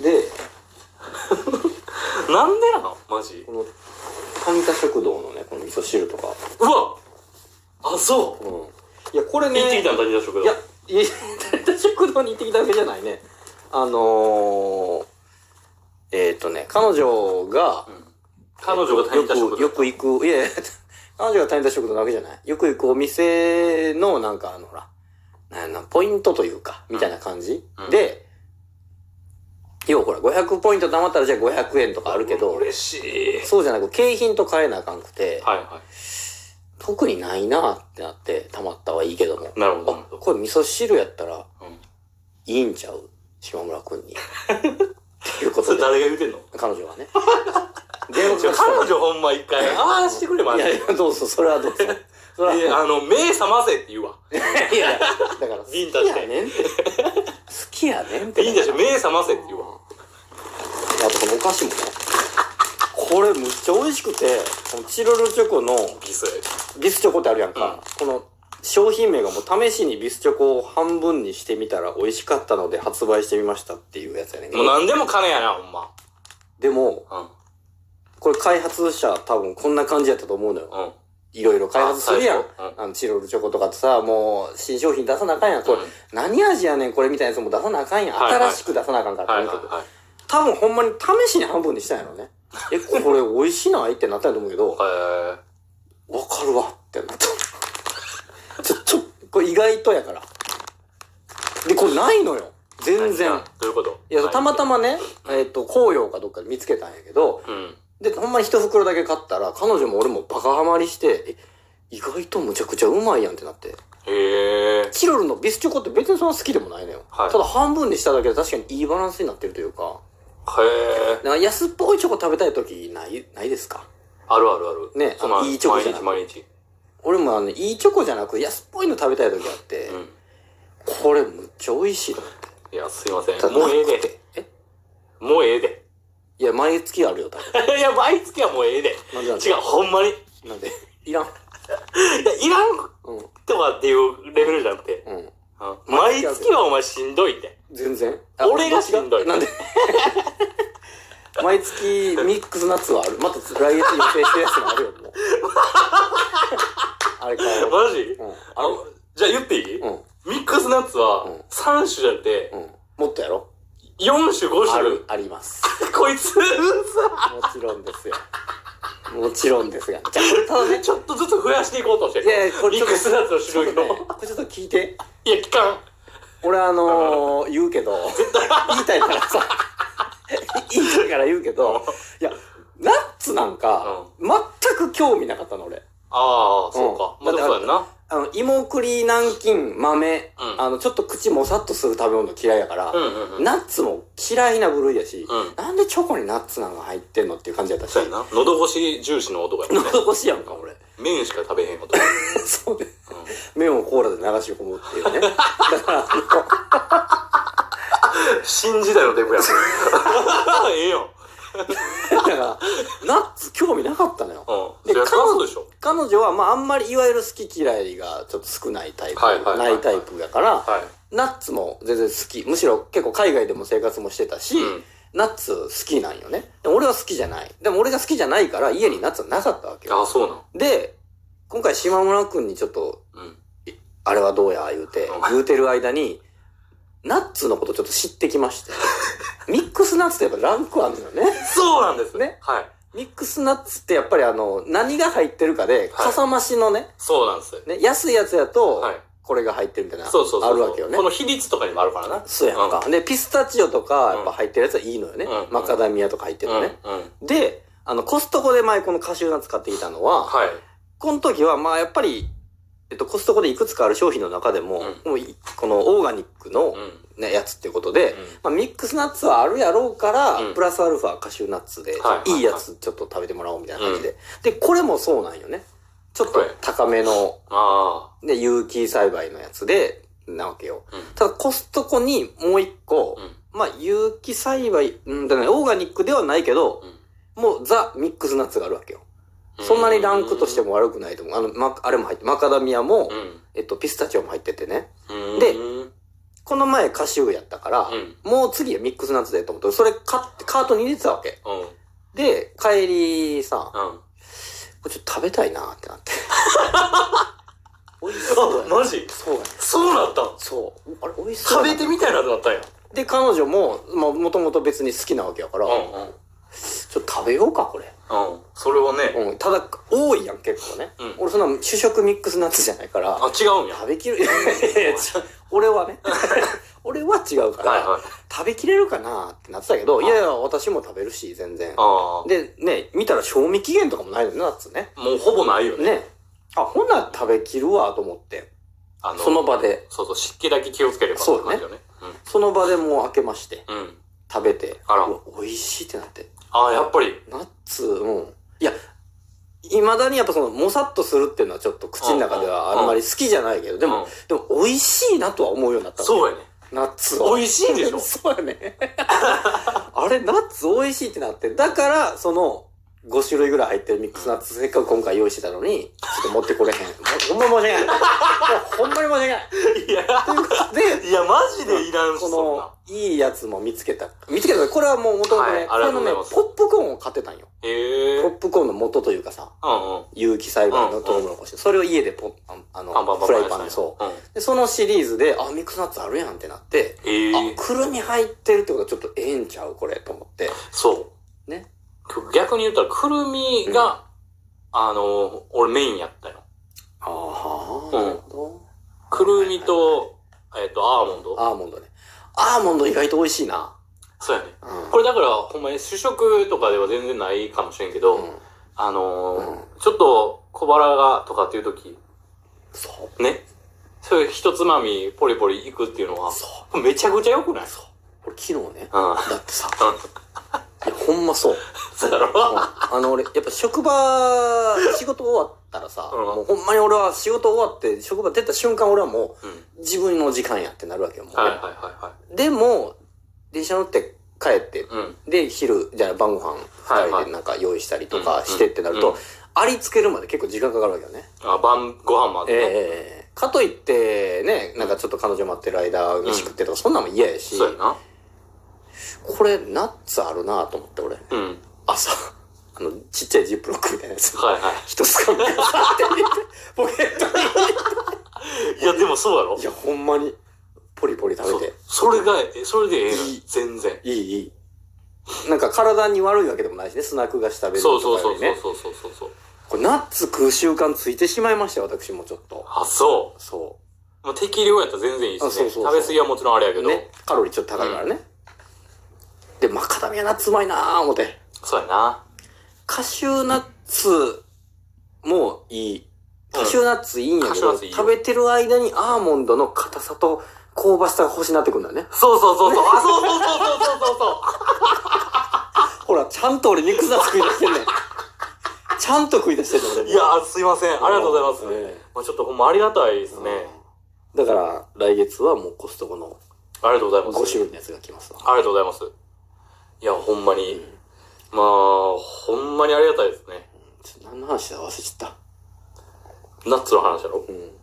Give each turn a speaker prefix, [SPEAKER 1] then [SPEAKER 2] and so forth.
[SPEAKER 1] でなんでなのマジ
[SPEAKER 2] この、神田食堂のね、この味噌汁とか。
[SPEAKER 1] うわあそう
[SPEAKER 2] うん。いや、これね、
[SPEAKER 1] 行ってきたの谷田食
[SPEAKER 2] い
[SPEAKER 1] 堂
[SPEAKER 2] や、いや、大食堂に行ってきたわけじゃないね。あのー、えっ、とね、彼女が、
[SPEAKER 1] うん彼女が谷田
[SPEAKER 2] よ
[SPEAKER 1] 食堂
[SPEAKER 2] くよく行く、いやいや、彼女が谷田食堂なわけじゃない。よく行くお店の、なんかあの、ほら、なんやろなポイントというか、みたいな感じ、
[SPEAKER 1] うん
[SPEAKER 2] で、要はほら、500ポイント貯まったらじゃあ500円とかあるけど、
[SPEAKER 1] 嬉しい
[SPEAKER 2] そうじゃなく、景品と変えなあかんくて、
[SPEAKER 1] はいは
[SPEAKER 2] 特にないなってなって、貯まったはいいけども
[SPEAKER 1] い。なるほどなる
[SPEAKER 2] あ
[SPEAKER 1] ほど
[SPEAKER 2] これ味噌汁やったら、
[SPEAKER 1] うん
[SPEAKER 2] いいんちゃう島村くんに。っていうこ
[SPEAKER 1] そ
[SPEAKER 2] と
[SPEAKER 1] れ
[SPEAKER 2] で、
[SPEAKER 1] 誰が言うてんの
[SPEAKER 2] 彼女はね。電話
[SPEAKER 1] ちょ
[SPEAKER 2] が
[SPEAKER 1] 彼女ほんま一回、ああしてくれ、マ
[SPEAKER 2] い
[SPEAKER 1] ジ
[SPEAKER 2] や
[SPEAKER 1] で。
[SPEAKER 2] いや、どうぞ、それはどうぞ。それは、い
[SPEAKER 1] で
[SPEAKER 2] や
[SPEAKER 1] あの、目覚ませって言うわ。
[SPEAKER 2] いや、だから、好
[SPEAKER 1] ビン
[SPEAKER 2] き
[SPEAKER 1] タし
[SPEAKER 2] や
[SPEAKER 1] て
[SPEAKER 2] ねんって。好きやねんって。
[SPEAKER 1] いいんだし、目覚ませって言うわ。
[SPEAKER 2] あとこのお菓子もね。これむっちゃ美味しくて、このチロルチョコの
[SPEAKER 1] ギスやで
[SPEAKER 2] ビスチョコってあるやんか。この商品名がもう試しにビスチョコを半分にしてみたら美味しかったので発売してみましたっていうやつやねんけ
[SPEAKER 1] もう
[SPEAKER 2] ど。
[SPEAKER 1] 何でも金やな、ほんま。
[SPEAKER 2] でも、
[SPEAKER 1] う
[SPEAKER 2] これ開発者多分こんな感じやったと思うのよ。
[SPEAKER 1] ん。うん。
[SPEAKER 2] いろいろ開発するやん。
[SPEAKER 1] あ
[SPEAKER 2] あ,、
[SPEAKER 1] 最初う
[SPEAKER 2] の、チロルチョコとかってさ、もう新商品出さなあかんやん。これ、
[SPEAKER 1] うん
[SPEAKER 2] 何味やねんこれみたいなやつも出さなあかんやん。
[SPEAKER 1] はいはい
[SPEAKER 2] 新しく出さなあかんから、
[SPEAKER 1] はいはい
[SPEAKER 2] とにかく
[SPEAKER 1] はい。
[SPEAKER 2] 多分ほんまに試しに半分にしたんやろ ね。え、これ美味しないってなったんやと思うけど、わ
[SPEAKER 1] え
[SPEAKER 2] かるわってなった。ちょ、ちょ、これ意外とやから。で、これないのよ。
[SPEAKER 1] ー
[SPEAKER 2] 全然。。
[SPEAKER 1] どういうこと
[SPEAKER 2] いや、たまたま
[SPEAKER 1] ま。
[SPEAKER 2] ね、えっ、と、紅葉かどっかで見つけたんやけど、
[SPEAKER 1] うん。
[SPEAKER 2] で、ほんまに一袋だけ買ったら、彼女も俺もバカハマりして、え、意外とむちゃくちゃうまいやんってなって。
[SPEAKER 1] へえ。
[SPEAKER 2] チロルのビスチョコって別にそんな好きでもないのよ。
[SPEAKER 1] はい
[SPEAKER 2] ただ半分にしただけで確かにいいバランスになってるというか、
[SPEAKER 1] へえ
[SPEAKER 2] だ。から安っぽいチョコ食べたい時ない、ないですか
[SPEAKER 1] あるあるある。
[SPEAKER 2] ね
[SPEAKER 1] そんな
[SPEAKER 2] あのいいチョコじゃ
[SPEAKER 1] 毎
[SPEAKER 2] ない
[SPEAKER 1] 日毎日。
[SPEAKER 2] 俺もあの、いいチョコじゃなく安っぽいの食べたい時あって、
[SPEAKER 1] うん。
[SPEAKER 2] これむっちゃ美味しいと思って。
[SPEAKER 1] いや、すいませ
[SPEAKER 2] た
[SPEAKER 1] ん。
[SPEAKER 2] だ
[SPEAKER 1] もうええ
[SPEAKER 2] なく
[SPEAKER 1] で。
[SPEAKER 2] てえ
[SPEAKER 1] もうええで。
[SPEAKER 2] いや、毎月あるよ、多分。
[SPEAKER 1] いや、毎月はもうええで。
[SPEAKER 2] なんでなんで
[SPEAKER 1] 違う、ほんまに。い
[SPEAKER 2] なんでいらん。
[SPEAKER 1] や、いらん
[SPEAKER 2] うん、
[SPEAKER 1] とかっていうレベルじゃなくて。
[SPEAKER 2] うん。
[SPEAKER 1] うん毎月はお前しんどいって。
[SPEAKER 2] 全然。
[SPEAKER 1] 俺がしんどい
[SPEAKER 2] なんで 毎月ミックスナッツはある。また来月予定してるやつもあるよ、 もう。あれかよ。
[SPEAKER 1] マジ
[SPEAKER 2] うん。
[SPEAKER 1] あの、じゃあ言っていい、
[SPEAKER 2] うん。
[SPEAKER 1] ミックスナッツ
[SPEAKER 2] う
[SPEAKER 1] は
[SPEAKER 2] ん
[SPEAKER 1] 3種じゃなくて、
[SPEAKER 2] うん。もっとやろ
[SPEAKER 1] 4種、5
[SPEAKER 2] あ
[SPEAKER 1] 種
[SPEAKER 2] る、あります。
[SPEAKER 1] こいつ、うざ
[SPEAKER 2] もちろんですよ。もちろんですが。じゃあ、これただね、
[SPEAKER 1] ちょっとずつ増や していこうとしてる。
[SPEAKER 2] いやいやこれ
[SPEAKER 1] ミ
[SPEAKER 2] ちょ
[SPEAKER 1] ッ
[SPEAKER 2] っと
[SPEAKER 1] クスナッツの
[SPEAKER 2] ちょ
[SPEAKER 1] 種
[SPEAKER 2] っ
[SPEAKER 1] 類
[SPEAKER 2] と
[SPEAKER 1] を。
[SPEAKER 2] ね、これちょっと聞いて。
[SPEAKER 1] いや、聞かん。
[SPEAKER 2] 俺あの ー、言うけど、言いたいからさ、 言いたいから言うけど、いや、ナッツなんか、全く興味なかったの、俺。
[SPEAKER 1] ああ、そうか。
[SPEAKER 2] うん
[SPEAKER 1] まあ、でもそうやんな。
[SPEAKER 2] あの、芋栗、南京、豆、
[SPEAKER 1] うん
[SPEAKER 2] あの、ちょっと口もさっとする食べ物嫌いやから、
[SPEAKER 1] うんうんうん。
[SPEAKER 2] ナッツも嫌いな部類やし、
[SPEAKER 1] うん
[SPEAKER 2] なんでチョコにナッツなんか入ってんのっていう感じやったし
[SPEAKER 1] そう、やな。喉越し重視の男やも んね。
[SPEAKER 2] 喉越しやんか、俺。
[SPEAKER 1] 麺しか食べへん男。
[SPEAKER 2] そうね。
[SPEAKER 1] うん
[SPEAKER 2] 麺をコーラで流し込むっていうね。だから、あ
[SPEAKER 1] 新時代のデ ブやん。ええやん。うん。
[SPEAKER 2] のだから、ナッツ興味なかったのよ。
[SPEAKER 1] そ
[SPEAKER 2] で
[SPEAKER 1] りゃそうでしょ。
[SPEAKER 2] 彼女は、まあ、あんまりいわゆる好き嫌いがちょっと少ないタイプ、
[SPEAKER 1] はいはいはいはい
[SPEAKER 2] ないタイプだから、
[SPEAKER 1] はい。
[SPEAKER 2] ナッツも全然好き。むしろ結構海外でも生活もしてたし、
[SPEAKER 1] うん
[SPEAKER 2] ナッツ好きなんよね。でも俺は好きじゃない。でも俺が好きじゃないから家にナッツはなかったわけ
[SPEAKER 1] あ
[SPEAKER 2] よ。
[SPEAKER 1] あ、そうなん。
[SPEAKER 2] で、今回島村くんにちょっと、
[SPEAKER 1] うん。
[SPEAKER 2] あれはどうや言うて
[SPEAKER 1] うん、
[SPEAKER 2] 言うてる間に、ナッツのことちょっと知ってきま して。ミックスナッツってやっぱランクあるのよね。
[SPEAKER 1] そうなんです。
[SPEAKER 2] ね。
[SPEAKER 1] はい。
[SPEAKER 2] ミックスナッツってやっぱりあの、何が入ってるかで、
[SPEAKER 1] はい
[SPEAKER 2] かさ増しのね、
[SPEAKER 1] そうなんです。
[SPEAKER 2] ね、安いやつやと
[SPEAKER 1] はい、
[SPEAKER 2] これが入ってるみたいな、
[SPEAKER 1] そうそうそうそう。
[SPEAKER 2] あるわけよね
[SPEAKER 1] こ。の比率とかにもあるからな。
[SPEAKER 2] そうやんか。で、ピスタチオとか、やっぱ入ってるやつはいいのよね。
[SPEAKER 1] うん
[SPEAKER 2] マカダミアとか入ってるのね。
[SPEAKER 1] うん。うん。
[SPEAKER 2] で、あの、コストコで前このカシューナッツ買ってきたのは、
[SPEAKER 1] はい。
[SPEAKER 2] この時は、まあやっぱり、えっと、コストコでいくつかある商品の中でも、
[SPEAKER 1] う
[SPEAKER 2] もういこのオーガニックの
[SPEAKER 1] うん。、
[SPEAKER 2] ね、やつっていうことで、
[SPEAKER 1] うん
[SPEAKER 2] まあ、ミックスナッツはあるやろうから、
[SPEAKER 1] うん
[SPEAKER 2] プラスアルファカシューナッツで、
[SPEAKER 1] はい
[SPEAKER 2] いいやつちょっと食べてもらおうみたいな感じで。で、これもそうなんよね。ちょっと高めの、
[SPEAKER 1] あ
[SPEAKER 2] で、有機栽培のやつで、なわけよ。
[SPEAKER 1] うん
[SPEAKER 2] ただ、コストコにもう一個、
[SPEAKER 1] あ。うん。
[SPEAKER 2] まあ、有機栽培、うんだね、オーガニックではないけど、もうザ・ミックスナッツがあるわけよ。
[SPEAKER 1] うん
[SPEAKER 2] そんなにランクとして。も悪くないと思う。あの、ま、あれも入って、マカダミアも
[SPEAKER 1] う、ん。
[SPEAKER 2] えっと、ピスタチオも入っててね。
[SPEAKER 1] うん
[SPEAKER 2] で
[SPEAKER 1] うん
[SPEAKER 2] この前カシューやったから
[SPEAKER 1] う、ん。
[SPEAKER 2] もう次はミックスナッツでと思って、それ買って、カートに入れてたわけ。
[SPEAKER 1] うん。
[SPEAKER 2] で、帰りさ、
[SPEAKER 1] うん。
[SPEAKER 2] これちょっと食べたいなーってなって。美味しそうやな
[SPEAKER 1] あ、マジ
[SPEAKER 2] そうやね
[SPEAKER 1] そうなったん
[SPEAKER 2] そう。あれ、美味しそ
[SPEAKER 1] 食
[SPEAKER 2] うやな。
[SPEAKER 1] べてみたいなとなったんや。
[SPEAKER 2] で、彼女も、まあ、もともと別に好きなわけやから、
[SPEAKER 1] うんうん。
[SPEAKER 2] ちょっと食べようか、これ。
[SPEAKER 1] うん。それはね、
[SPEAKER 2] うん。ただ、多いやん、結構ね。
[SPEAKER 1] うん
[SPEAKER 2] 俺、そんな主食ミックスナッツじゃないから、
[SPEAKER 1] あ、違うんや。
[SPEAKER 2] 食べきる、いやいや違う俺はね、 俺は違うから、
[SPEAKER 1] はいはい。
[SPEAKER 2] 食べきれるかなってなってたけど、いやいや、私も食べるし、全然。
[SPEAKER 1] あ
[SPEAKER 2] で、ね、見たら賞味期限とかもないのね、ナッツね。
[SPEAKER 1] あ。もうほぼないよね。
[SPEAKER 2] ね。あ、ほんなら食べきるわ、と思って。
[SPEAKER 1] あの
[SPEAKER 2] その場で、
[SPEAKER 1] そうそう、湿気だけ気をつければ
[SPEAKER 2] そうね
[SPEAKER 1] って感じよね。
[SPEAKER 2] その場でもう開けまして、
[SPEAKER 1] うん。うん。
[SPEAKER 2] 食べて。
[SPEAKER 1] あら
[SPEAKER 2] うわ美味しいってなって。
[SPEAKER 1] ああ、やっぱり。
[SPEAKER 2] ナッツ、うん。いや、未だにやっぱその、もさっとするっていうのはちょっと口の中で
[SPEAKER 1] うんうん
[SPEAKER 2] はあんまり好きじゃないけど、でも、でも美味しいなとは思うようになったの。
[SPEAKER 1] そうやね。
[SPEAKER 2] ナッツは。
[SPEAKER 1] 美味しいでし ょ
[SPEAKER 2] そうやね。あれ、ナッツ美味しいってなって。だから、その、5種類ぐらい入ってるミックスナッツ、せっかく今回用意してたのに、ちょっと持ってこれへん。 ほんま申し訳ない。ほんまに申し訳ない。
[SPEAKER 1] いや、
[SPEAKER 2] ということで、
[SPEAKER 1] いや、マジでいらんし、そんな
[SPEAKER 2] こ。の、いいやつも見つけた。見つけた。これはもう元々
[SPEAKER 1] はい
[SPEAKER 2] ね、
[SPEAKER 1] あ
[SPEAKER 2] こ
[SPEAKER 1] り
[SPEAKER 2] れ
[SPEAKER 1] が
[SPEAKER 2] の
[SPEAKER 1] とうござ
[SPEAKER 2] ね
[SPEAKER 1] います、
[SPEAKER 2] ポップコーンを買ってたんよ。
[SPEAKER 1] へえ。
[SPEAKER 2] ポッ
[SPEAKER 1] うん
[SPEAKER 2] プコーンの元というかさ、
[SPEAKER 1] うん。
[SPEAKER 2] 有機栽培のトウモロコシ。それを家でポああの
[SPEAKER 1] パンパンパンパン。。
[SPEAKER 2] フライパンでそう
[SPEAKER 1] うん。
[SPEAKER 2] う。で、そのシリーズで、あ、ミックスナッツあるやんってなって、
[SPEAKER 1] え
[SPEAKER 2] あ、
[SPEAKER 1] え
[SPEAKER 2] くるみ入ってるってことはちょっとええんちゃうこれと思って。
[SPEAKER 1] そう。
[SPEAKER 2] ね。
[SPEAKER 1] 逆に言ったら、くるみが、あの、俺メインやったよ。
[SPEAKER 2] ああ、
[SPEAKER 1] うん
[SPEAKER 2] なるほ
[SPEAKER 1] くるみと、えっと、アーモン
[SPEAKER 2] ど。
[SPEAKER 1] ド。
[SPEAKER 2] アーモンドね。アーモンド意外と美味しいな。
[SPEAKER 1] そうやね。
[SPEAKER 2] うん
[SPEAKER 1] これだから、ほんまに主食とかでは全然ないかもしれんけど、
[SPEAKER 2] うん
[SPEAKER 1] あのー
[SPEAKER 2] う
[SPEAKER 1] ちょっと小腹がとかっていう時、
[SPEAKER 2] そう。
[SPEAKER 1] ね。そういう一つまみポリポリいくっていうのは、
[SPEAKER 2] そう。
[SPEAKER 1] めちゃくちゃ良くない
[SPEAKER 2] そう。俺昨日ね。
[SPEAKER 1] うん。
[SPEAKER 2] だってさ、いやほんまそう。
[SPEAKER 1] そうやろ
[SPEAKER 2] あの俺、やっぱ職場、仕事終わったらさ、
[SPEAKER 1] うん
[SPEAKER 2] もうほんまに俺は仕事終わって、職場出た瞬間俺はも
[SPEAKER 1] うん。
[SPEAKER 2] う自分の時間やってなるわけよ、もうね、
[SPEAKER 1] はいはいはいは
[SPEAKER 2] でも、電車乗って帰って、
[SPEAKER 1] い。うん。
[SPEAKER 2] で、昼、じゃあ晩ご飯
[SPEAKER 1] は
[SPEAKER 2] 二
[SPEAKER 1] いはい
[SPEAKER 2] 人でなんか用意したりと
[SPEAKER 1] う
[SPEAKER 2] か
[SPEAKER 1] ん
[SPEAKER 2] してってなる
[SPEAKER 1] うん
[SPEAKER 2] と、ありつけるまで結構時間かかるわけよね。
[SPEAKER 1] あ、晩ご飯まで
[SPEAKER 2] ええ
[SPEAKER 1] ね。
[SPEAKER 2] ええかといって、ね、なんかちょっと彼女待ってる間、飯食ってとか、そんなんも嫌やし、
[SPEAKER 1] そうやな。
[SPEAKER 2] これ、ナッツあるなと思って俺、
[SPEAKER 1] うん。はい
[SPEAKER 2] 朝、 あの、ちっちゃいジップロックみたいなやつ。
[SPEAKER 1] は
[SPEAKER 2] 一つかみで、 ポケットに
[SPEAKER 1] い。いや、でもそうやろ
[SPEAKER 2] いや、ほんまに、ポリポリ食べて。
[SPEAKER 1] そうそれが、えそれでええの
[SPEAKER 2] いい
[SPEAKER 1] 全然。
[SPEAKER 2] いい、いい。なんか体に悪いわけでもないしね、スナック菓子食べる
[SPEAKER 1] そうそ
[SPEAKER 2] と
[SPEAKER 1] う
[SPEAKER 2] か
[SPEAKER 1] そ
[SPEAKER 2] よ
[SPEAKER 1] う
[SPEAKER 2] り
[SPEAKER 1] そう
[SPEAKER 2] ね。
[SPEAKER 1] そうそうそうそう。
[SPEAKER 2] これ、ナッツ食う習慣ついてしまいましたよ、私もちょっと。
[SPEAKER 1] あ、そ。
[SPEAKER 2] そう
[SPEAKER 1] もう適量やったら全然いいしね。
[SPEAKER 2] あそうそうそう
[SPEAKER 1] 食べ過ぎはもちろんあれやけ
[SPEAKER 2] う。
[SPEAKER 1] ど。
[SPEAKER 2] ね、カロリーちょっと高いからね。で、マカダミアナッツうまいなぁ、思って。
[SPEAKER 1] そうやな。
[SPEAKER 2] カシューナッツもいい。カシューナッツいいんや
[SPEAKER 1] カ
[SPEAKER 2] け
[SPEAKER 1] シュ
[SPEAKER 2] ど、
[SPEAKER 1] ーナッツいいよ
[SPEAKER 2] 食べてる間にアーモンドの硬さと香ばしさが欲しになってくるんだよね。
[SPEAKER 1] そうそうそうそう。あ、そうそうそうそうそうそう。
[SPEAKER 2] ほら、ちゃんと俺ミックスナッツ食い出してんね ん。ちゃんと食い出してんねん、俺も
[SPEAKER 1] いやー、すいません。ありがとうございます。
[SPEAKER 2] ね
[SPEAKER 1] まあ、ちょっとほんまありがたいですね。
[SPEAKER 2] だから、来月はもうコストコの
[SPEAKER 1] ありがとうございます。
[SPEAKER 2] 5種類のやつが来ますわ。
[SPEAKER 1] ありがとうございます。いや、ほんまに。まあ、ほんまにありがたいですね。
[SPEAKER 2] ちょ何の話だ忘れちゃった。
[SPEAKER 1] ナッツの話だろ
[SPEAKER 2] うん。